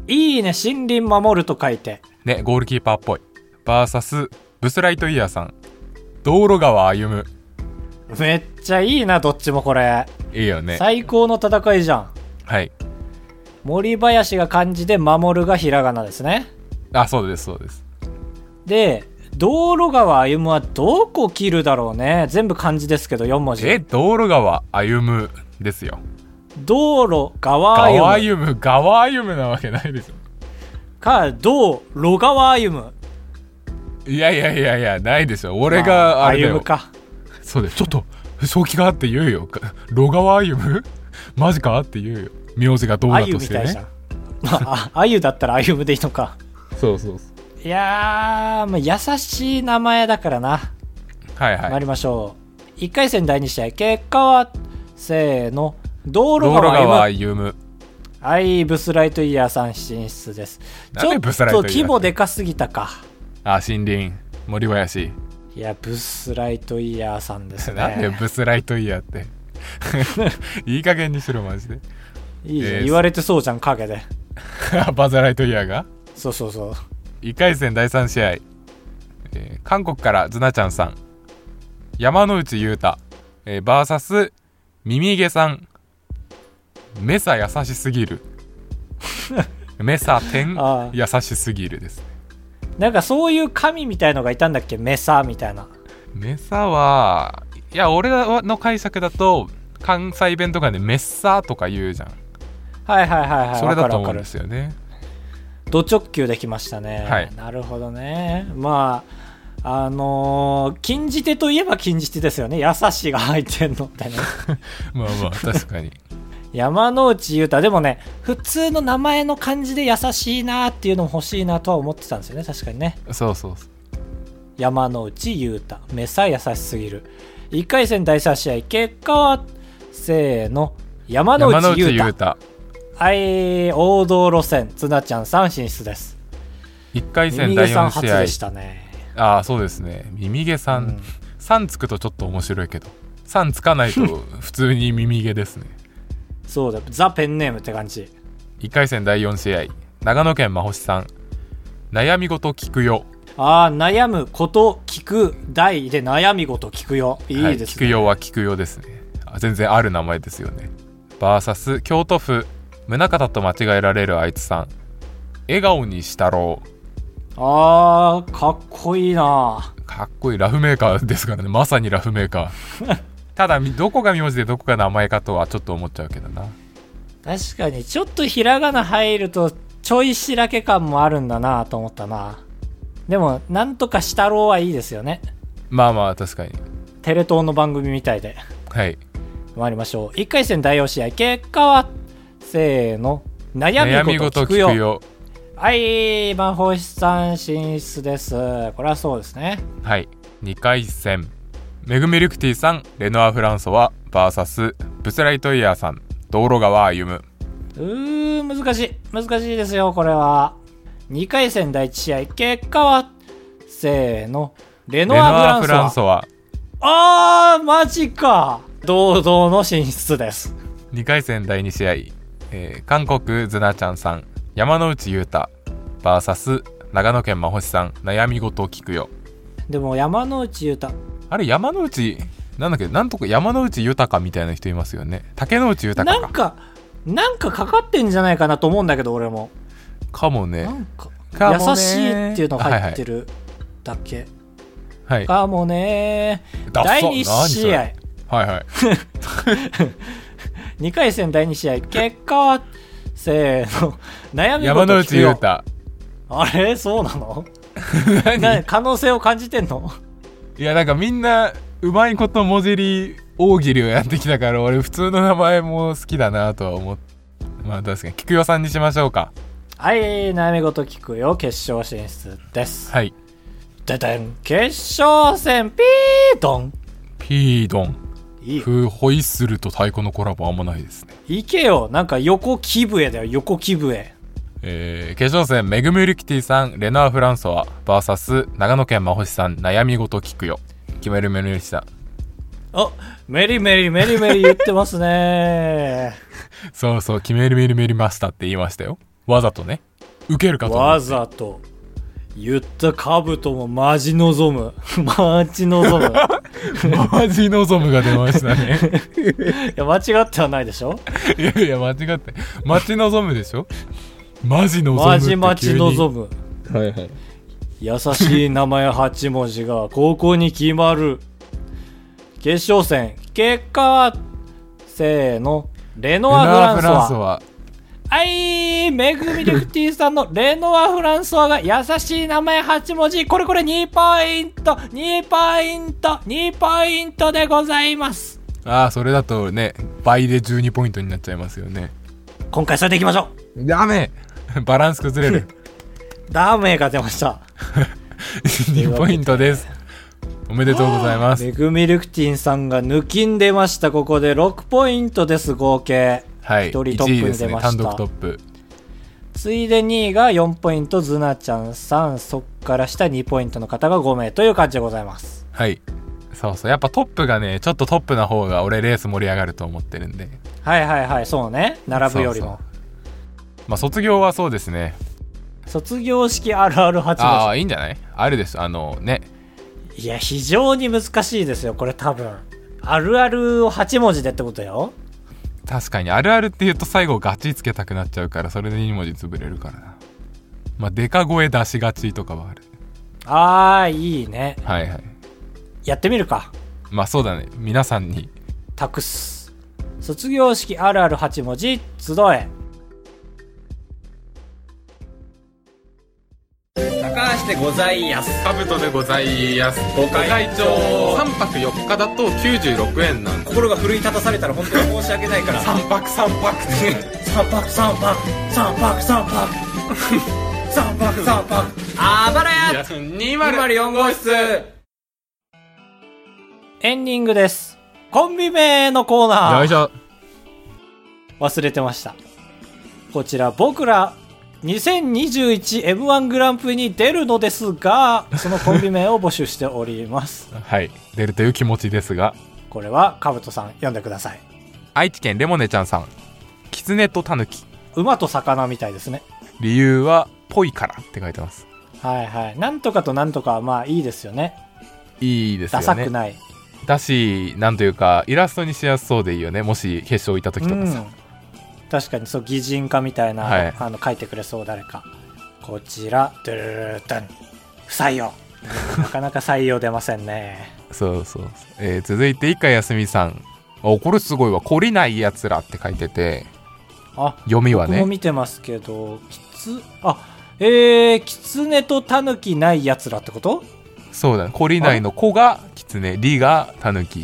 [SPEAKER 2] いいね、森林守ると書いて。
[SPEAKER 1] ね、ゴールキーパーっぽい。バーサス、ブスライトイヤーさん。道路川歩む。
[SPEAKER 2] めっちゃいいな、どっちもこれ。
[SPEAKER 1] いいよね。
[SPEAKER 2] 最高の戦いじゃん。
[SPEAKER 1] はい。
[SPEAKER 2] 森林が漢字で、守るがひらがなですね。
[SPEAKER 1] あ、そうです、そうです。
[SPEAKER 2] で、道路川歩むはどこ切るだろうね。全部漢字ですけど、4文
[SPEAKER 1] え、
[SPEAKER 2] 字。
[SPEAKER 1] 道路川歩むですよ。
[SPEAKER 2] 道路川
[SPEAKER 1] 川
[SPEAKER 2] 歩む
[SPEAKER 1] 歩む、川歩むなわけないでしょ。
[SPEAKER 2] か、道路川歩む。
[SPEAKER 1] いやいやいやいや、ないでしょ。俺
[SPEAKER 2] ま
[SPEAKER 1] があれだ
[SPEAKER 2] 歩
[SPEAKER 1] よ
[SPEAKER 2] む。か。
[SPEAKER 1] そうです。ちょっと、正気があって言うよ。か路側歩む (laughs) マジかって言うよ。名字がどうだ
[SPEAKER 2] あゆ
[SPEAKER 1] と
[SPEAKER 2] み
[SPEAKER 1] したて
[SPEAKER 2] いじゃ
[SPEAKER 1] ね
[SPEAKER 2] ん。。まあ、あゆだったらあゆむでいいのか。
[SPEAKER 1] そうそうそう。
[SPEAKER 2] いやー、まあ、優しい名前だからな。
[SPEAKER 1] はいは
[SPEAKER 2] 参
[SPEAKER 1] い。
[SPEAKER 2] りましょう。1回戦第2試合、結果は、せーの、道路
[SPEAKER 1] 道路
[SPEAKER 2] 川
[SPEAKER 1] 側歩
[SPEAKER 2] 歩む。
[SPEAKER 1] む。
[SPEAKER 2] はい、ブスライトイヤーさん進出です。ち
[SPEAKER 1] なん
[SPEAKER 2] ょ
[SPEAKER 1] で
[SPEAKER 2] っ
[SPEAKER 1] ブスライトイ
[SPEAKER 2] と
[SPEAKER 1] ヤー
[SPEAKER 2] 規模でかすぎたか。
[SPEAKER 1] あ、森林。森林。
[SPEAKER 2] いや、ブスライトイヤーさんで
[SPEAKER 1] (laughs)
[SPEAKER 2] す
[SPEAKER 1] なんで
[SPEAKER 2] ね。
[SPEAKER 1] ブスライトイヤーって。 (laughs) いい加減にしろ、マジで。 (laughs)
[SPEAKER 2] いいじゃん
[SPEAKER 1] えー
[SPEAKER 2] 言われてそうじゃん、影で。
[SPEAKER 1] バザライトイヤーが
[SPEAKER 2] そうそうそう。
[SPEAKER 1] 1回戦第3試合、えー韓国からズナちゃんさん山之内裕太、えー、バーサス耳毛さんメサ優しすぎ
[SPEAKER 2] (laughs)
[SPEAKER 1] るメサ点
[SPEAKER 2] ああ
[SPEAKER 1] 優しすぎるです
[SPEAKER 2] なんかそういう神みたいのがいたんだっけメサみたいな。
[SPEAKER 1] メサはいや俺の解釈だと関西弁とかでメッサとか言うじゃん
[SPEAKER 2] はいはいはいはい。
[SPEAKER 1] それだと
[SPEAKER 2] わ
[SPEAKER 1] 思
[SPEAKER 2] か
[SPEAKER 1] うんで
[SPEAKER 2] るわか
[SPEAKER 1] すよね
[SPEAKER 2] る。ド直球できましたね。
[SPEAKER 1] はい
[SPEAKER 2] なるほどね。まあ、あのー禁じ手といえば禁じ手ですよね。優しいが入ってんのって
[SPEAKER 1] (laughs)
[SPEAKER 2] ね。
[SPEAKER 1] まあまあ確か
[SPEAKER 2] (laughs)
[SPEAKER 1] に
[SPEAKER 2] 山之内優太。でもね、普通の名前の感じで優しいなっていうのも欲しいなとは思ってたんですよね。確かにね。
[SPEAKER 1] そうそうそう
[SPEAKER 2] 山之内優太。目さ優しすぎる。1回戦第3試合、結果は、せーの。山之
[SPEAKER 1] 山之
[SPEAKER 2] 内優
[SPEAKER 1] 内
[SPEAKER 2] 太
[SPEAKER 1] 裕。太
[SPEAKER 2] はい、王道路線、つなちゃんさん進出です。
[SPEAKER 1] 1回戦
[SPEAKER 2] 耳毛
[SPEAKER 1] 第
[SPEAKER 2] さん
[SPEAKER 1] 4
[SPEAKER 2] 初
[SPEAKER 1] 試合
[SPEAKER 2] でしたね。
[SPEAKER 1] ああそうですね耳毛さん、
[SPEAKER 2] うん
[SPEAKER 1] 3つくとちょっと面白いけど3つかない
[SPEAKER 2] (laughs)
[SPEAKER 1] と普通に耳毛ですね
[SPEAKER 2] そうだ、ザ・ペンネームって感じ。
[SPEAKER 1] 1回戦第4試合長野県真星さん悩み事聞くよ
[SPEAKER 2] ああ、悩むこと聞く題で悩み事聞くよ。い
[SPEAKER 1] はい
[SPEAKER 2] です
[SPEAKER 1] 聞く
[SPEAKER 2] ね。
[SPEAKER 1] よは聞くよですねあ全然ある名前ですよねバーサス京都府宗像と間違えられるあいつさん笑顔にしたろう
[SPEAKER 2] ああ、かっこいいな。
[SPEAKER 1] かっこいいラフメーカーですからねまさにラフメーカ
[SPEAKER 2] (laughs)
[SPEAKER 1] ーただみどこが名字でどこが名前かとはちょっと思っちゃうけどな
[SPEAKER 2] 確かに、ちょっとひらがな入ると、ちょいしらけ感もあるんだなと思ったな。でも、なんとかしたろうはいいですよね。
[SPEAKER 1] まあまあ確かに
[SPEAKER 2] テレ東の番組みたいで。
[SPEAKER 1] はい
[SPEAKER 2] 参りましょう1回戦第4試合結果はせーの悩
[SPEAKER 1] 悩
[SPEAKER 2] み
[SPEAKER 1] み事
[SPEAKER 2] 事聞
[SPEAKER 1] 聞
[SPEAKER 2] く
[SPEAKER 1] く
[SPEAKER 2] よ
[SPEAKER 1] よ
[SPEAKER 2] はい魔法師さん進出ですこれはそうですね
[SPEAKER 1] はい2回戦メグミルクティさんレノア・フランソワ VS ブスライトイヤーさん道路川歩む
[SPEAKER 2] うー難しい難しいですよこれは2回戦第1試合結果はせーのレノ
[SPEAKER 1] レノ
[SPEAKER 2] ア・
[SPEAKER 1] ア・
[SPEAKER 2] フ
[SPEAKER 1] フ
[SPEAKER 2] ラ
[SPEAKER 1] ラ
[SPEAKER 2] ン
[SPEAKER 1] ン
[SPEAKER 2] ソ
[SPEAKER 1] ソワ
[SPEAKER 2] あーマジか堂々の進出です
[SPEAKER 1] 2回戦第2試合、えー韓国ズナちゃんさん山之内裕太 VS 長野県真星さん悩み事聞くよ
[SPEAKER 2] でも山之内優太
[SPEAKER 1] あれ山之内なんだっけなんとか山之内豊みたいな人いますよね竹之内豊
[SPEAKER 2] なん
[SPEAKER 1] か
[SPEAKER 2] かなんかかかってんじゃないかなと思うんだけど俺も
[SPEAKER 1] かも
[SPEAKER 2] な
[SPEAKER 1] ね
[SPEAKER 2] んか
[SPEAKER 1] かもね
[SPEAKER 2] 優しいっていうのが入ってる、だっけ
[SPEAKER 1] はい。
[SPEAKER 2] かもね
[SPEAKER 1] ダッサ
[SPEAKER 2] 第2
[SPEAKER 1] 何それ
[SPEAKER 2] 試合
[SPEAKER 1] はいはい。
[SPEAKER 2] 2回戦第2試合結果はせーの悩み
[SPEAKER 1] 山
[SPEAKER 2] 事
[SPEAKER 1] 之
[SPEAKER 2] 聞く
[SPEAKER 1] 内裕
[SPEAKER 2] よ
[SPEAKER 1] 太。
[SPEAKER 2] あれそうなのな
[SPEAKER 1] 何
[SPEAKER 2] 可能性を感じてんの
[SPEAKER 1] いや、なんかみんな、うまいこともじり、大喜利をやってきたから、俺、普通の名前も好きだなとは思って。まあ確かに、菊代さんにしましょうか。
[SPEAKER 2] はい悩み事聞くよ決勝進出です
[SPEAKER 1] はい。
[SPEAKER 2] ででん決勝戦ピードン
[SPEAKER 1] ピードン。
[SPEAKER 2] いい
[SPEAKER 1] ふ、ホイッスルと太鼓のコラボあんまないですね。
[SPEAKER 2] いけよなんか横木笛だよ横木笛
[SPEAKER 1] えー、決勝戦、メグムリキティさん、レナー・フランソワ、バーサス、長野県真星さん、悩み事聞くよ。決めるメルリさん。
[SPEAKER 2] あメリメリメリメリ言ってますね
[SPEAKER 1] そうそう、決めるメルメルマスターって言いましたよ。わざとね。受けるかと思って
[SPEAKER 2] わざと言ったカブトもマジ望む (laughs) マジ望む
[SPEAKER 1] (laughs) マジ望むが出ましたね。
[SPEAKER 2] いや間違ってはないでしょ
[SPEAKER 1] いやいや、間違って。待ち望むでしょマジ望む
[SPEAKER 2] マジマジ
[SPEAKER 1] む。
[SPEAKER 2] 望む
[SPEAKER 3] はいはい。
[SPEAKER 2] 優しい名前8文字が高校に決まる決勝戦結果はせーのレノ
[SPEAKER 1] レナ
[SPEAKER 2] ア・
[SPEAKER 1] ー・
[SPEAKER 2] フ
[SPEAKER 1] フ
[SPEAKER 2] ラ
[SPEAKER 1] ラ
[SPEAKER 2] ン
[SPEAKER 1] ン
[SPEAKER 2] ス
[SPEAKER 1] ソ
[SPEAKER 2] は
[SPEAKER 1] は、
[SPEAKER 2] はいめぐみリクティさんのレノア・フランスはが優しい名前8文字これこれ2ポイント2ポイント2ポイントでございます
[SPEAKER 1] ああ、それだとね、倍で12ポイントになっちゃいますよね。
[SPEAKER 2] 今回それでいきましょ
[SPEAKER 1] ダメバランス崩 (laughs) れる。
[SPEAKER 2] うダメが出ました
[SPEAKER 1] 2ポイントです。おめでとうございます。
[SPEAKER 2] めぐみルクティンさんが抜きんでましたここで6ポイントです合計
[SPEAKER 1] はい、
[SPEAKER 2] 一人トップ
[SPEAKER 1] 1位です
[SPEAKER 2] に出
[SPEAKER 1] ね
[SPEAKER 2] ま、した
[SPEAKER 1] 単独トップ。
[SPEAKER 2] ついで2位が4ポイント、ズナちゃん3、そっから下2ポイントの方が5名という感じでございます。
[SPEAKER 1] はい。そうそう、やっぱトップがね、ちょっとトップな方が俺レース盛り上がると思ってるんで。
[SPEAKER 2] はいはいはい、そうね。並ぶよりも。
[SPEAKER 1] まあ、卒業はそうですね。
[SPEAKER 2] 卒業式あるある8
[SPEAKER 1] あ
[SPEAKER 2] 文
[SPEAKER 1] あ、いいんじゃないあるです。あのね、
[SPEAKER 2] 字。いや、非常に難しいですよ、これ多分。あるあるを8文字でってことよ。
[SPEAKER 1] 確かにあるあるって言うと最後ガチつけたくなっちゃうからそれで2文字潰れるからなまあデカ声出しがちとかはある
[SPEAKER 2] あー、いいね。
[SPEAKER 1] はいはい
[SPEAKER 2] やってみるか。
[SPEAKER 1] まあそうだね皆さんに
[SPEAKER 2] 託す。卒業式あるある8文字、集え。
[SPEAKER 3] 高橋でございやす。
[SPEAKER 1] カブトでございますご
[SPEAKER 3] 会長
[SPEAKER 1] 3泊4日だと96円なんで
[SPEAKER 3] 心が奮い立たされたら本当に申し訳ないから。
[SPEAKER 1] 3泊3泊
[SPEAKER 2] 3泊3泊、3泊3泊、3泊3泊。
[SPEAKER 3] あばらや
[SPEAKER 1] 204
[SPEAKER 3] 号室
[SPEAKER 2] エンディングです。コンビ名のコーナ
[SPEAKER 1] よいし
[SPEAKER 2] ー。
[SPEAKER 1] ょ
[SPEAKER 2] 忘れてました。こちら、僕ら 2021M1 グランプリに出るのですが、そのコンビ名を募集しております。
[SPEAKER 1] はい出るという気持ちですが
[SPEAKER 2] これは、かぶとさん、読んでください。
[SPEAKER 1] 愛知県レモネちゃんさんキツネとタヌキ
[SPEAKER 2] 馬と魚みたいですね。
[SPEAKER 1] 理由はぽいからって書いてます
[SPEAKER 2] はいはい。なんとかとなんとかはまあいいですよね。
[SPEAKER 1] いいですよ
[SPEAKER 2] ダ
[SPEAKER 1] ね
[SPEAKER 2] サくない。
[SPEAKER 1] だしなんというかイラストにしやすそうでいいよねもし決勝行った時と
[SPEAKER 2] う
[SPEAKER 1] かさ、
[SPEAKER 2] ん。確かにそう、擬人化みたいな、
[SPEAKER 1] はい
[SPEAKER 2] あの、書いてくれそう、誰か。こちら、ドゥルルルルルン不採用。なかなか採用出ませんね。
[SPEAKER 1] そうそうそうえー続いて一回休みさんおこれすごいわ「懲りないやつら」って書いてて
[SPEAKER 2] あ、
[SPEAKER 1] 読みは
[SPEAKER 2] 僕も
[SPEAKER 1] ね
[SPEAKER 2] 見てますけど、きつ、あ、えー、キツネとタヌキないやつらってこと
[SPEAKER 1] そうだね「懲りない」の「子が「狐」「り」が「たぬき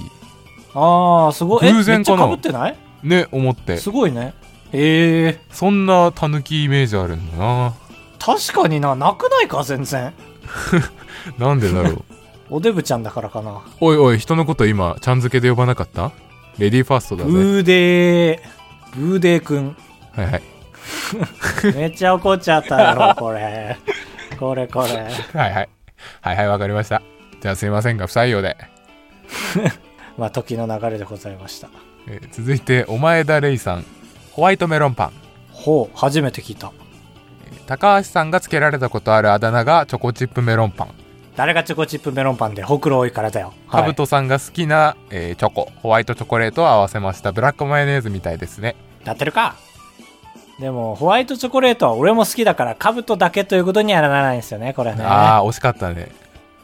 [SPEAKER 2] ああ、すごい。え、
[SPEAKER 1] 偶
[SPEAKER 2] めっちゃ
[SPEAKER 1] 然かな
[SPEAKER 2] 被ってない」
[SPEAKER 1] ね思って
[SPEAKER 2] すごいね。えー、
[SPEAKER 1] そんなたぬきイメージあるんだな
[SPEAKER 2] 確かにな、なくないか、全然。
[SPEAKER 1] なんでだろう
[SPEAKER 2] (laughs) おデブちゃんだからかな。
[SPEAKER 1] おいおい人のこと今ちゃん付けで呼ばなかったレディーファーストだぜ
[SPEAKER 2] ブーデー、ブーデーくん。
[SPEAKER 1] はいはい
[SPEAKER 2] めっちゃ怒っちゃっただ
[SPEAKER 1] (laughs)
[SPEAKER 2] ろ、これ。これこれ。
[SPEAKER 1] はいはいはいはいわかりましたじゃあすいませんが不採用で、
[SPEAKER 2] まあ、時の流れでございました。
[SPEAKER 1] えー続いてお前田レイさんホワイトメロンパン
[SPEAKER 2] ほう、初めて聞いた。
[SPEAKER 1] 高橋さんがつけられたことあるあだ名がチョコチップメロンパン
[SPEAKER 2] 誰がチョコチップメロンパンで、ほくろ多いからだよ。
[SPEAKER 1] カ
[SPEAKER 2] は
[SPEAKER 1] ブ
[SPEAKER 2] い。
[SPEAKER 1] トさんが好きな、えーチョコホワイトチョコレートを合わせましたブラックマヨネーズみたいですね
[SPEAKER 2] なってるかでも、ホワイトチョコレートは俺も好きだから、カブトだけということにはならないんですよね、これね。
[SPEAKER 1] ああ惜しかったね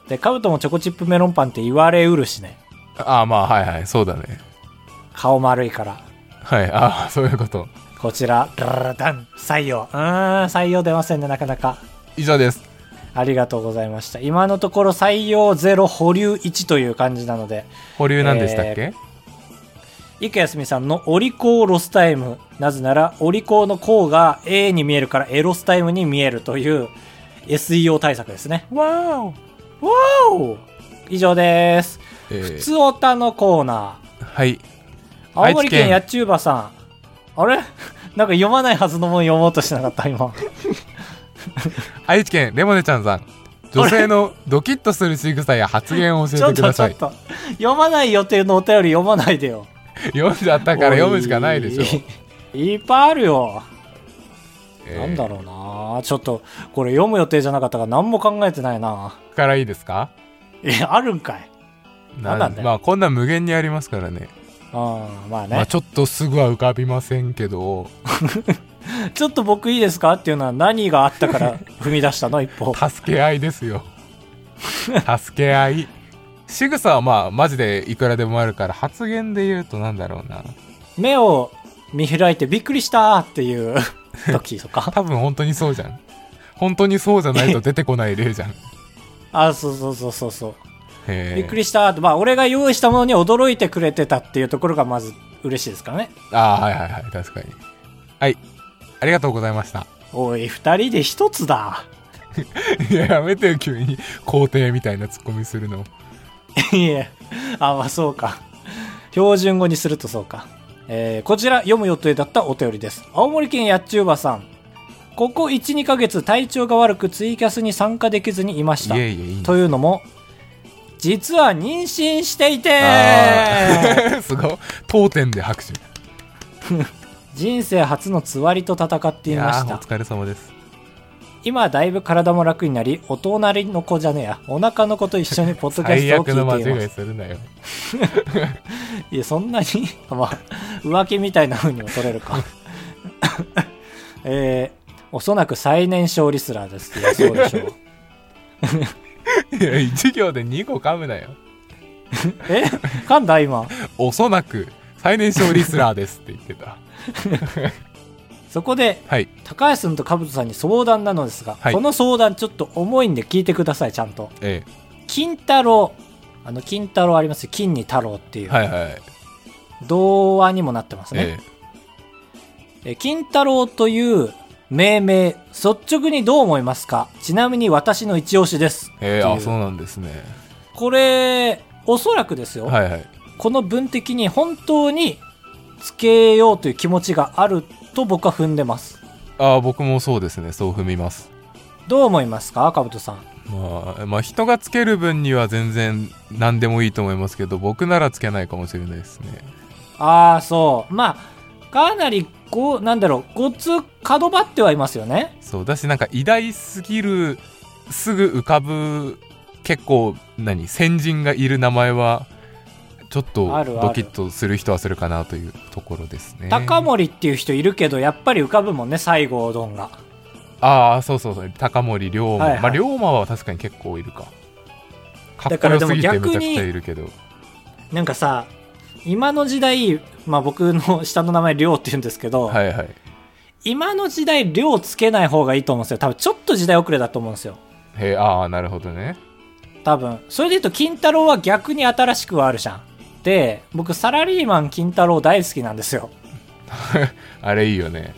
[SPEAKER 2] でカブトもチョコチップメロンパンって言われうるしね
[SPEAKER 1] ああ、まあ、はいはい、そうだね。
[SPEAKER 2] 顔丸いから
[SPEAKER 1] はい、ああ、そういうこと。
[SPEAKER 2] こちらダララダン採用うーん採用出ませんねなかなか
[SPEAKER 1] 以上です。
[SPEAKER 2] ありがとうございました今のところ採用0保留1という感じなので
[SPEAKER 1] 保留なんでしたっけ、
[SPEAKER 2] 池康美さんのお利口ロスタイムなぜならお利口の口が A に見えるからエロスタイムに見えるという SEO 対策ですね
[SPEAKER 1] わお、
[SPEAKER 2] わお以上です
[SPEAKER 1] えー
[SPEAKER 2] 普通おたのコーナ
[SPEAKER 1] はい。
[SPEAKER 2] ー青
[SPEAKER 1] 愛
[SPEAKER 2] 森
[SPEAKER 1] 知
[SPEAKER 2] 県
[SPEAKER 1] 県
[SPEAKER 2] やっちゅうばさんあれ (laughs) なんか読まないはずのもん読もうとしてなかっ
[SPEAKER 1] (laughs)
[SPEAKER 2] た今
[SPEAKER 1] 愛知県レモネちゃんさん。女性のドキッとする仕草や発言を
[SPEAKER 2] ち
[SPEAKER 1] 教
[SPEAKER 2] ょ
[SPEAKER 1] え
[SPEAKER 2] って
[SPEAKER 1] く
[SPEAKER 2] と
[SPEAKER 1] だ
[SPEAKER 2] ちょ
[SPEAKER 1] さ
[SPEAKER 2] っ
[SPEAKER 1] い。
[SPEAKER 2] と読まない予定のお便り読まないでよ
[SPEAKER 1] 読んじゃったから読むしかないでしょ。
[SPEAKER 2] おいいっぱいあるよ、
[SPEAKER 1] えー
[SPEAKER 2] なんだろうなちょっとこれ読む予定じゃなかったから何も考えてないな
[SPEAKER 1] からいいですか
[SPEAKER 2] えあるんかいなんなんだよ
[SPEAKER 1] まあこんなん無限にありますからね
[SPEAKER 2] うんまあね、
[SPEAKER 1] まあちょっとすぐは浮かびませんけど
[SPEAKER 2] ちょっと僕いいですかっていうのは何があったから踏み出したの一歩
[SPEAKER 1] 助け合いです
[SPEAKER 2] (laughs)
[SPEAKER 1] よ助け合い仕草はまあマジでいくらでもあるから発言で言うとなんだろうな
[SPEAKER 2] 目を見開いてびっくりしたっていう時とか
[SPEAKER 1] 多分本当にそうじゃん本当にそうじゃないと出てこない
[SPEAKER 2] (laughs)
[SPEAKER 1] 例じゃんへ
[SPEAKER 2] (laughs) あそうそうそうそうそう、
[SPEAKER 1] え
[SPEAKER 2] びっくりしたってまあ俺が用意したものに驚いてくれてたっていうところがまず嬉しいですからね
[SPEAKER 1] ああはいはいはい確かにはいありがとうございました (laughs)
[SPEAKER 2] おい二人で一つだ (laughs)
[SPEAKER 1] いややめてよ急に肯定みたいなツッコミするの
[SPEAKER 2] いえあまあそうか標準語にするとそうか、えーこちら読む予定だったお便りです青森県やっちゅうばさんここ12ヶ月体調が悪くツイキャスに参加できずにいまし
[SPEAKER 1] い
[SPEAKER 2] た
[SPEAKER 1] えいえいいんだ
[SPEAKER 2] というのも実は妊娠していて
[SPEAKER 1] あー (laughs) すごい当店で拍手
[SPEAKER 2] (laughs) 人生初のつわりと戦っていまし
[SPEAKER 1] やーお
[SPEAKER 2] た
[SPEAKER 1] 疲れ様です
[SPEAKER 2] 今だいぶ体も楽になりお隣の子じゃねえやお腹の子と一緒にポッドキャス
[SPEAKER 1] 最
[SPEAKER 2] トを
[SPEAKER 1] 悪の
[SPEAKER 2] 聞いてい
[SPEAKER 1] 間
[SPEAKER 2] ま
[SPEAKER 1] 違い
[SPEAKER 2] す
[SPEAKER 1] するなよ
[SPEAKER 2] いやそんなにまあ浮気みたいな風にも取れるか (laughs) えーおそらく最年少リスラーですいやそうでし
[SPEAKER 1] (laughs)
[SPEAKER 2] ょう
[SPEAKER 1] いや1行で2個噛むなよ
[SPEAKER 2] え噛んだ今
[SPEAKER 1] おそらく最年少リスラーですって言ってた
[SPEAKER 2] そこで
[SPEAKER 1] はい
[SPEAKER 2] 高橋さんと兜さんに相談なのですが、
[SPEAKER 1] はい
[SPEAKER 2] この相談ちょっと重いんで聞いてくださいちゃんと
[SPEAKER 1] え
[SPEAKER 2] 金太郎あの金太郎ありますよ金に太郎ってい
[SPEAKER 1] え
[SPEAKER 2] う、
[SPEAKER 1] はいはい
[SPEAKER 2] 童話にもなってますね、
[SPEAKER 1] え
[SPEAKER 2] え金太郎という命名率直にどう思いますかちなみに私の一押しです
[SPEAKER 1] えええ
[SPEAKER 2] っていう
[SPEAKER 1] あそうなんですね
[SPEAKER 2] これおそらくですよ、
[SPEAKER 1] はいはい
[SPEAKER 2] この文的に本当につけようという気持ちがあると僕は踏んでます
[SPEAKER 1] ああ僕もそうですねそう踏みます
[SPEAKER 2] どう思いますかかぶとさん
[SPEAKER 1] まあ、まあ人がつける分には全然何でもいいと思いますけど僕ならつけないかもしれないですね
[SPEAKER 2] ああそうまあかなりこうなんだろうごつ角張ってはいますよね
[SPEAKER 1] そうだしなんか偉大すぎるすぐ浮かぶ結構何先人がいる名前はちょっと
[SPEAKER 2] あるある
[SPEAKER 1] ドキッとする人はするかなというところですね
[SPEAKER 2] 高森っていう人いるけどやっぱり浮かぶもんね西郷どんが
[SPEAKER 1] ああそうそうそう高森龍馬、
[SPEAKER 2] はいはい
[SPEAKER 1] まあ龍馬は確かに結構いるかか
[SPEAKER 2] だ
[SPEAKER 1] っ
[SPEAKER 2] か
[SPEAKER 1] こよ
[SPEAKER 2] らですも
[SPEAKER 1] ぎて
[SPEAKER 2] 逆に
[SPEAKER 1] めちゃくちゃいるけど
[SPEAKER 2] なんかさ今の時代、まあ、僕の (laughs) 下の名前亮って言うんですけど、
[SPEAKER 1] はいはいへ
[SPEAKER 2] 今の時代亮つけない方がいいと思うんですよ多分ちょっと時代遅れだと思うんですよ
[SPEAKER 1] えああなるほどね
[SPEAKER 2] 多分それで言うと金太郎は逆に新しくはあるじゃんで僕サラリーマン金太郎大好きなんですよ
[SPEAKER 1] あれいいよね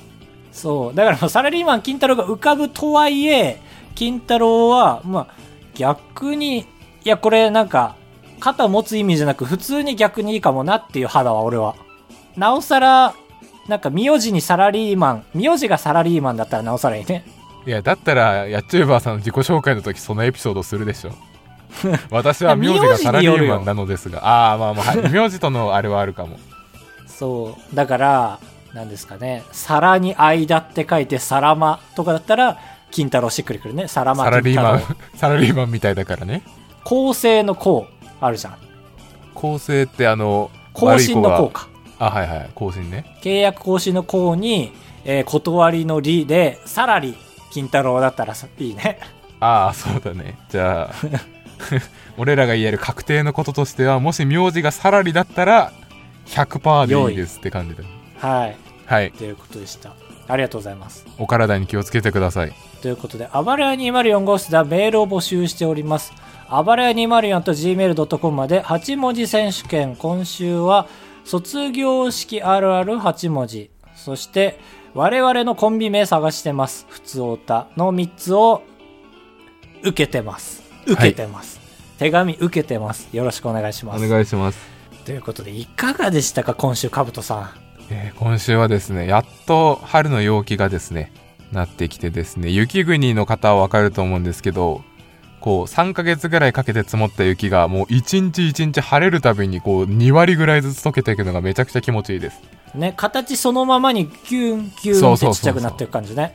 [SPEAKER 2] そうだからもうサラリーマン金太郎が浮かぶとはいえ金太郎はまあ逆にいやこれなんか肩持つ意味じゃなく普通に逆にいいかもなっていう肌は俺はなおさらなんか名字にサラリーマン名字がサラリーマンだったらなおさらいいね
[SPEAKER 1] いやだったらやっちゅうばーさんの自己紹介の時そのエピソードする (laughs) でしょ私は名字がサラリーマンなのですがああまあまあ、はい、名字とのあれはあるかも
[SPEAKER 2] そうだからなんですかね皿に間って書いてサラマとかだったら金太郎しっくりくるねサラマ
[SPEAKER 1] サラリーマン
[SPEAKER 2] 金太郎
[SPEAKER 1] サラリーマンみたいだからね
[SPEAKER 2] 構成のこうあるじゃん
[SPEAKER 1] 構成ってあの
[SPEAKER 2] 更新の
[SPEAKER 1] 悪
[SPEAKER 2] こ
[SPEAKER 1] いう子が
[SPEAKER 2] か
[SPEAKER 1] あはいはい更新ね
[SPEAKER 2] 契約更新の項に、えー断りの理で、さらに、金太郎だったらさいいね。
[SPEAKER 1] (laughs) ああそうだねじゃあ俺らが言える確定のこととしてはもし名字がサラリだったら100%でいいですって感じで
[SPEAKER 2] はい
[SPEAKER 1] はい
[SPEAKER 2] ということでしたありがとうございます
[SPEAKER 1] お体に気をつけてください
[SPEAKER 2] ということで、あばらや204号室ではメールを募集しております。あばらや204と gmail.com まで8文字選手権、今週は卒業式あるある8文字、そして我々のコンビ名探してます。普通オタの3つを受けてます。受けてます。手紙受けてます。よろしくお願いし
[SPEAKER 1] お
[SPEAKER 2] ます。
[SPEAKER 1] 願いします、
[SPEAKER 2] ということで、いかがでしたか、今週、かぶとさん。
[SPEAKER 1] えー今週はですねやっと春の陽気がですねなってきてですね雪国の方はわかると思うんですけどこう3ヶ月ぐらいかけて積もった雪がもう一日一日晴れるたびにこう2割ぐらいずつ溶けていくのがめちゃくちゃ気持ちいいです
[SPEAKER 2] ね、形そのままにキュンキュンってちっちゃくなってる感じね。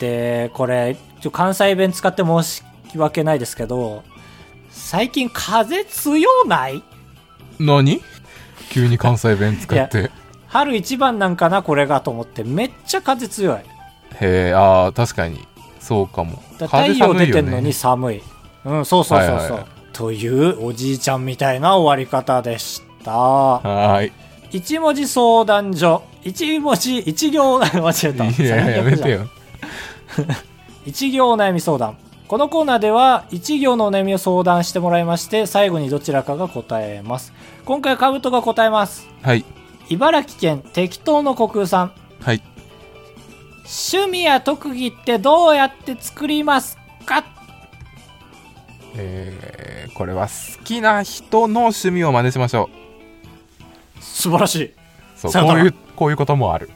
[SPEAKER 2] で、これ、ちょ関西弁使って申し訳ないですけど、最近風強ない
[SPEAKER 1] 何急に関西弁使ってへ
[SPEAKER 2] 春一番なんかなこれがと思って、めっちゃ風強い。
[SPEAKER 1] えあー確かにそうかも
[SPEAKER 2] だ太陽出てんの
[SPEAKER 1] ね
[SPEAKER 2] に寒いうん、そうそうそうそう。
[SPEAKER 1] はいはいはい
[SPEAKER 2] という、おじいちゃんみたいな終わり方でした。 (laughs)
[SPEAKER 1] はーい
[SPEAKER 2] 一文字相談所。一文字、一行、 (laughs) 間違えた。
[SPEAKER 1] いやいややめてよ
[SPEAKER 2] 一行お悩み相談このコーナーでは一行のお悩みを相談してもらいまして最後にどちらかが答えます今回カブトが答えます
[SPEAKER 1] はい
[SPEAKER 2] 茨城県適当の虚空さん
[SPEAKER 1] はい
[SPEAKER 2] 趣味や特技ってどうやって作りますか
[SPEAKER 1] えーこれは好きな人の趣味を真似しましょう
[SPEAKER 2] 素晴らしい
[SPEAKER 1] そう
[SPEAKER 2] さよ
[SPEAKER 1] こう
[SPEAKER 2] なら
[SPEAKER 1] いうこういうこともある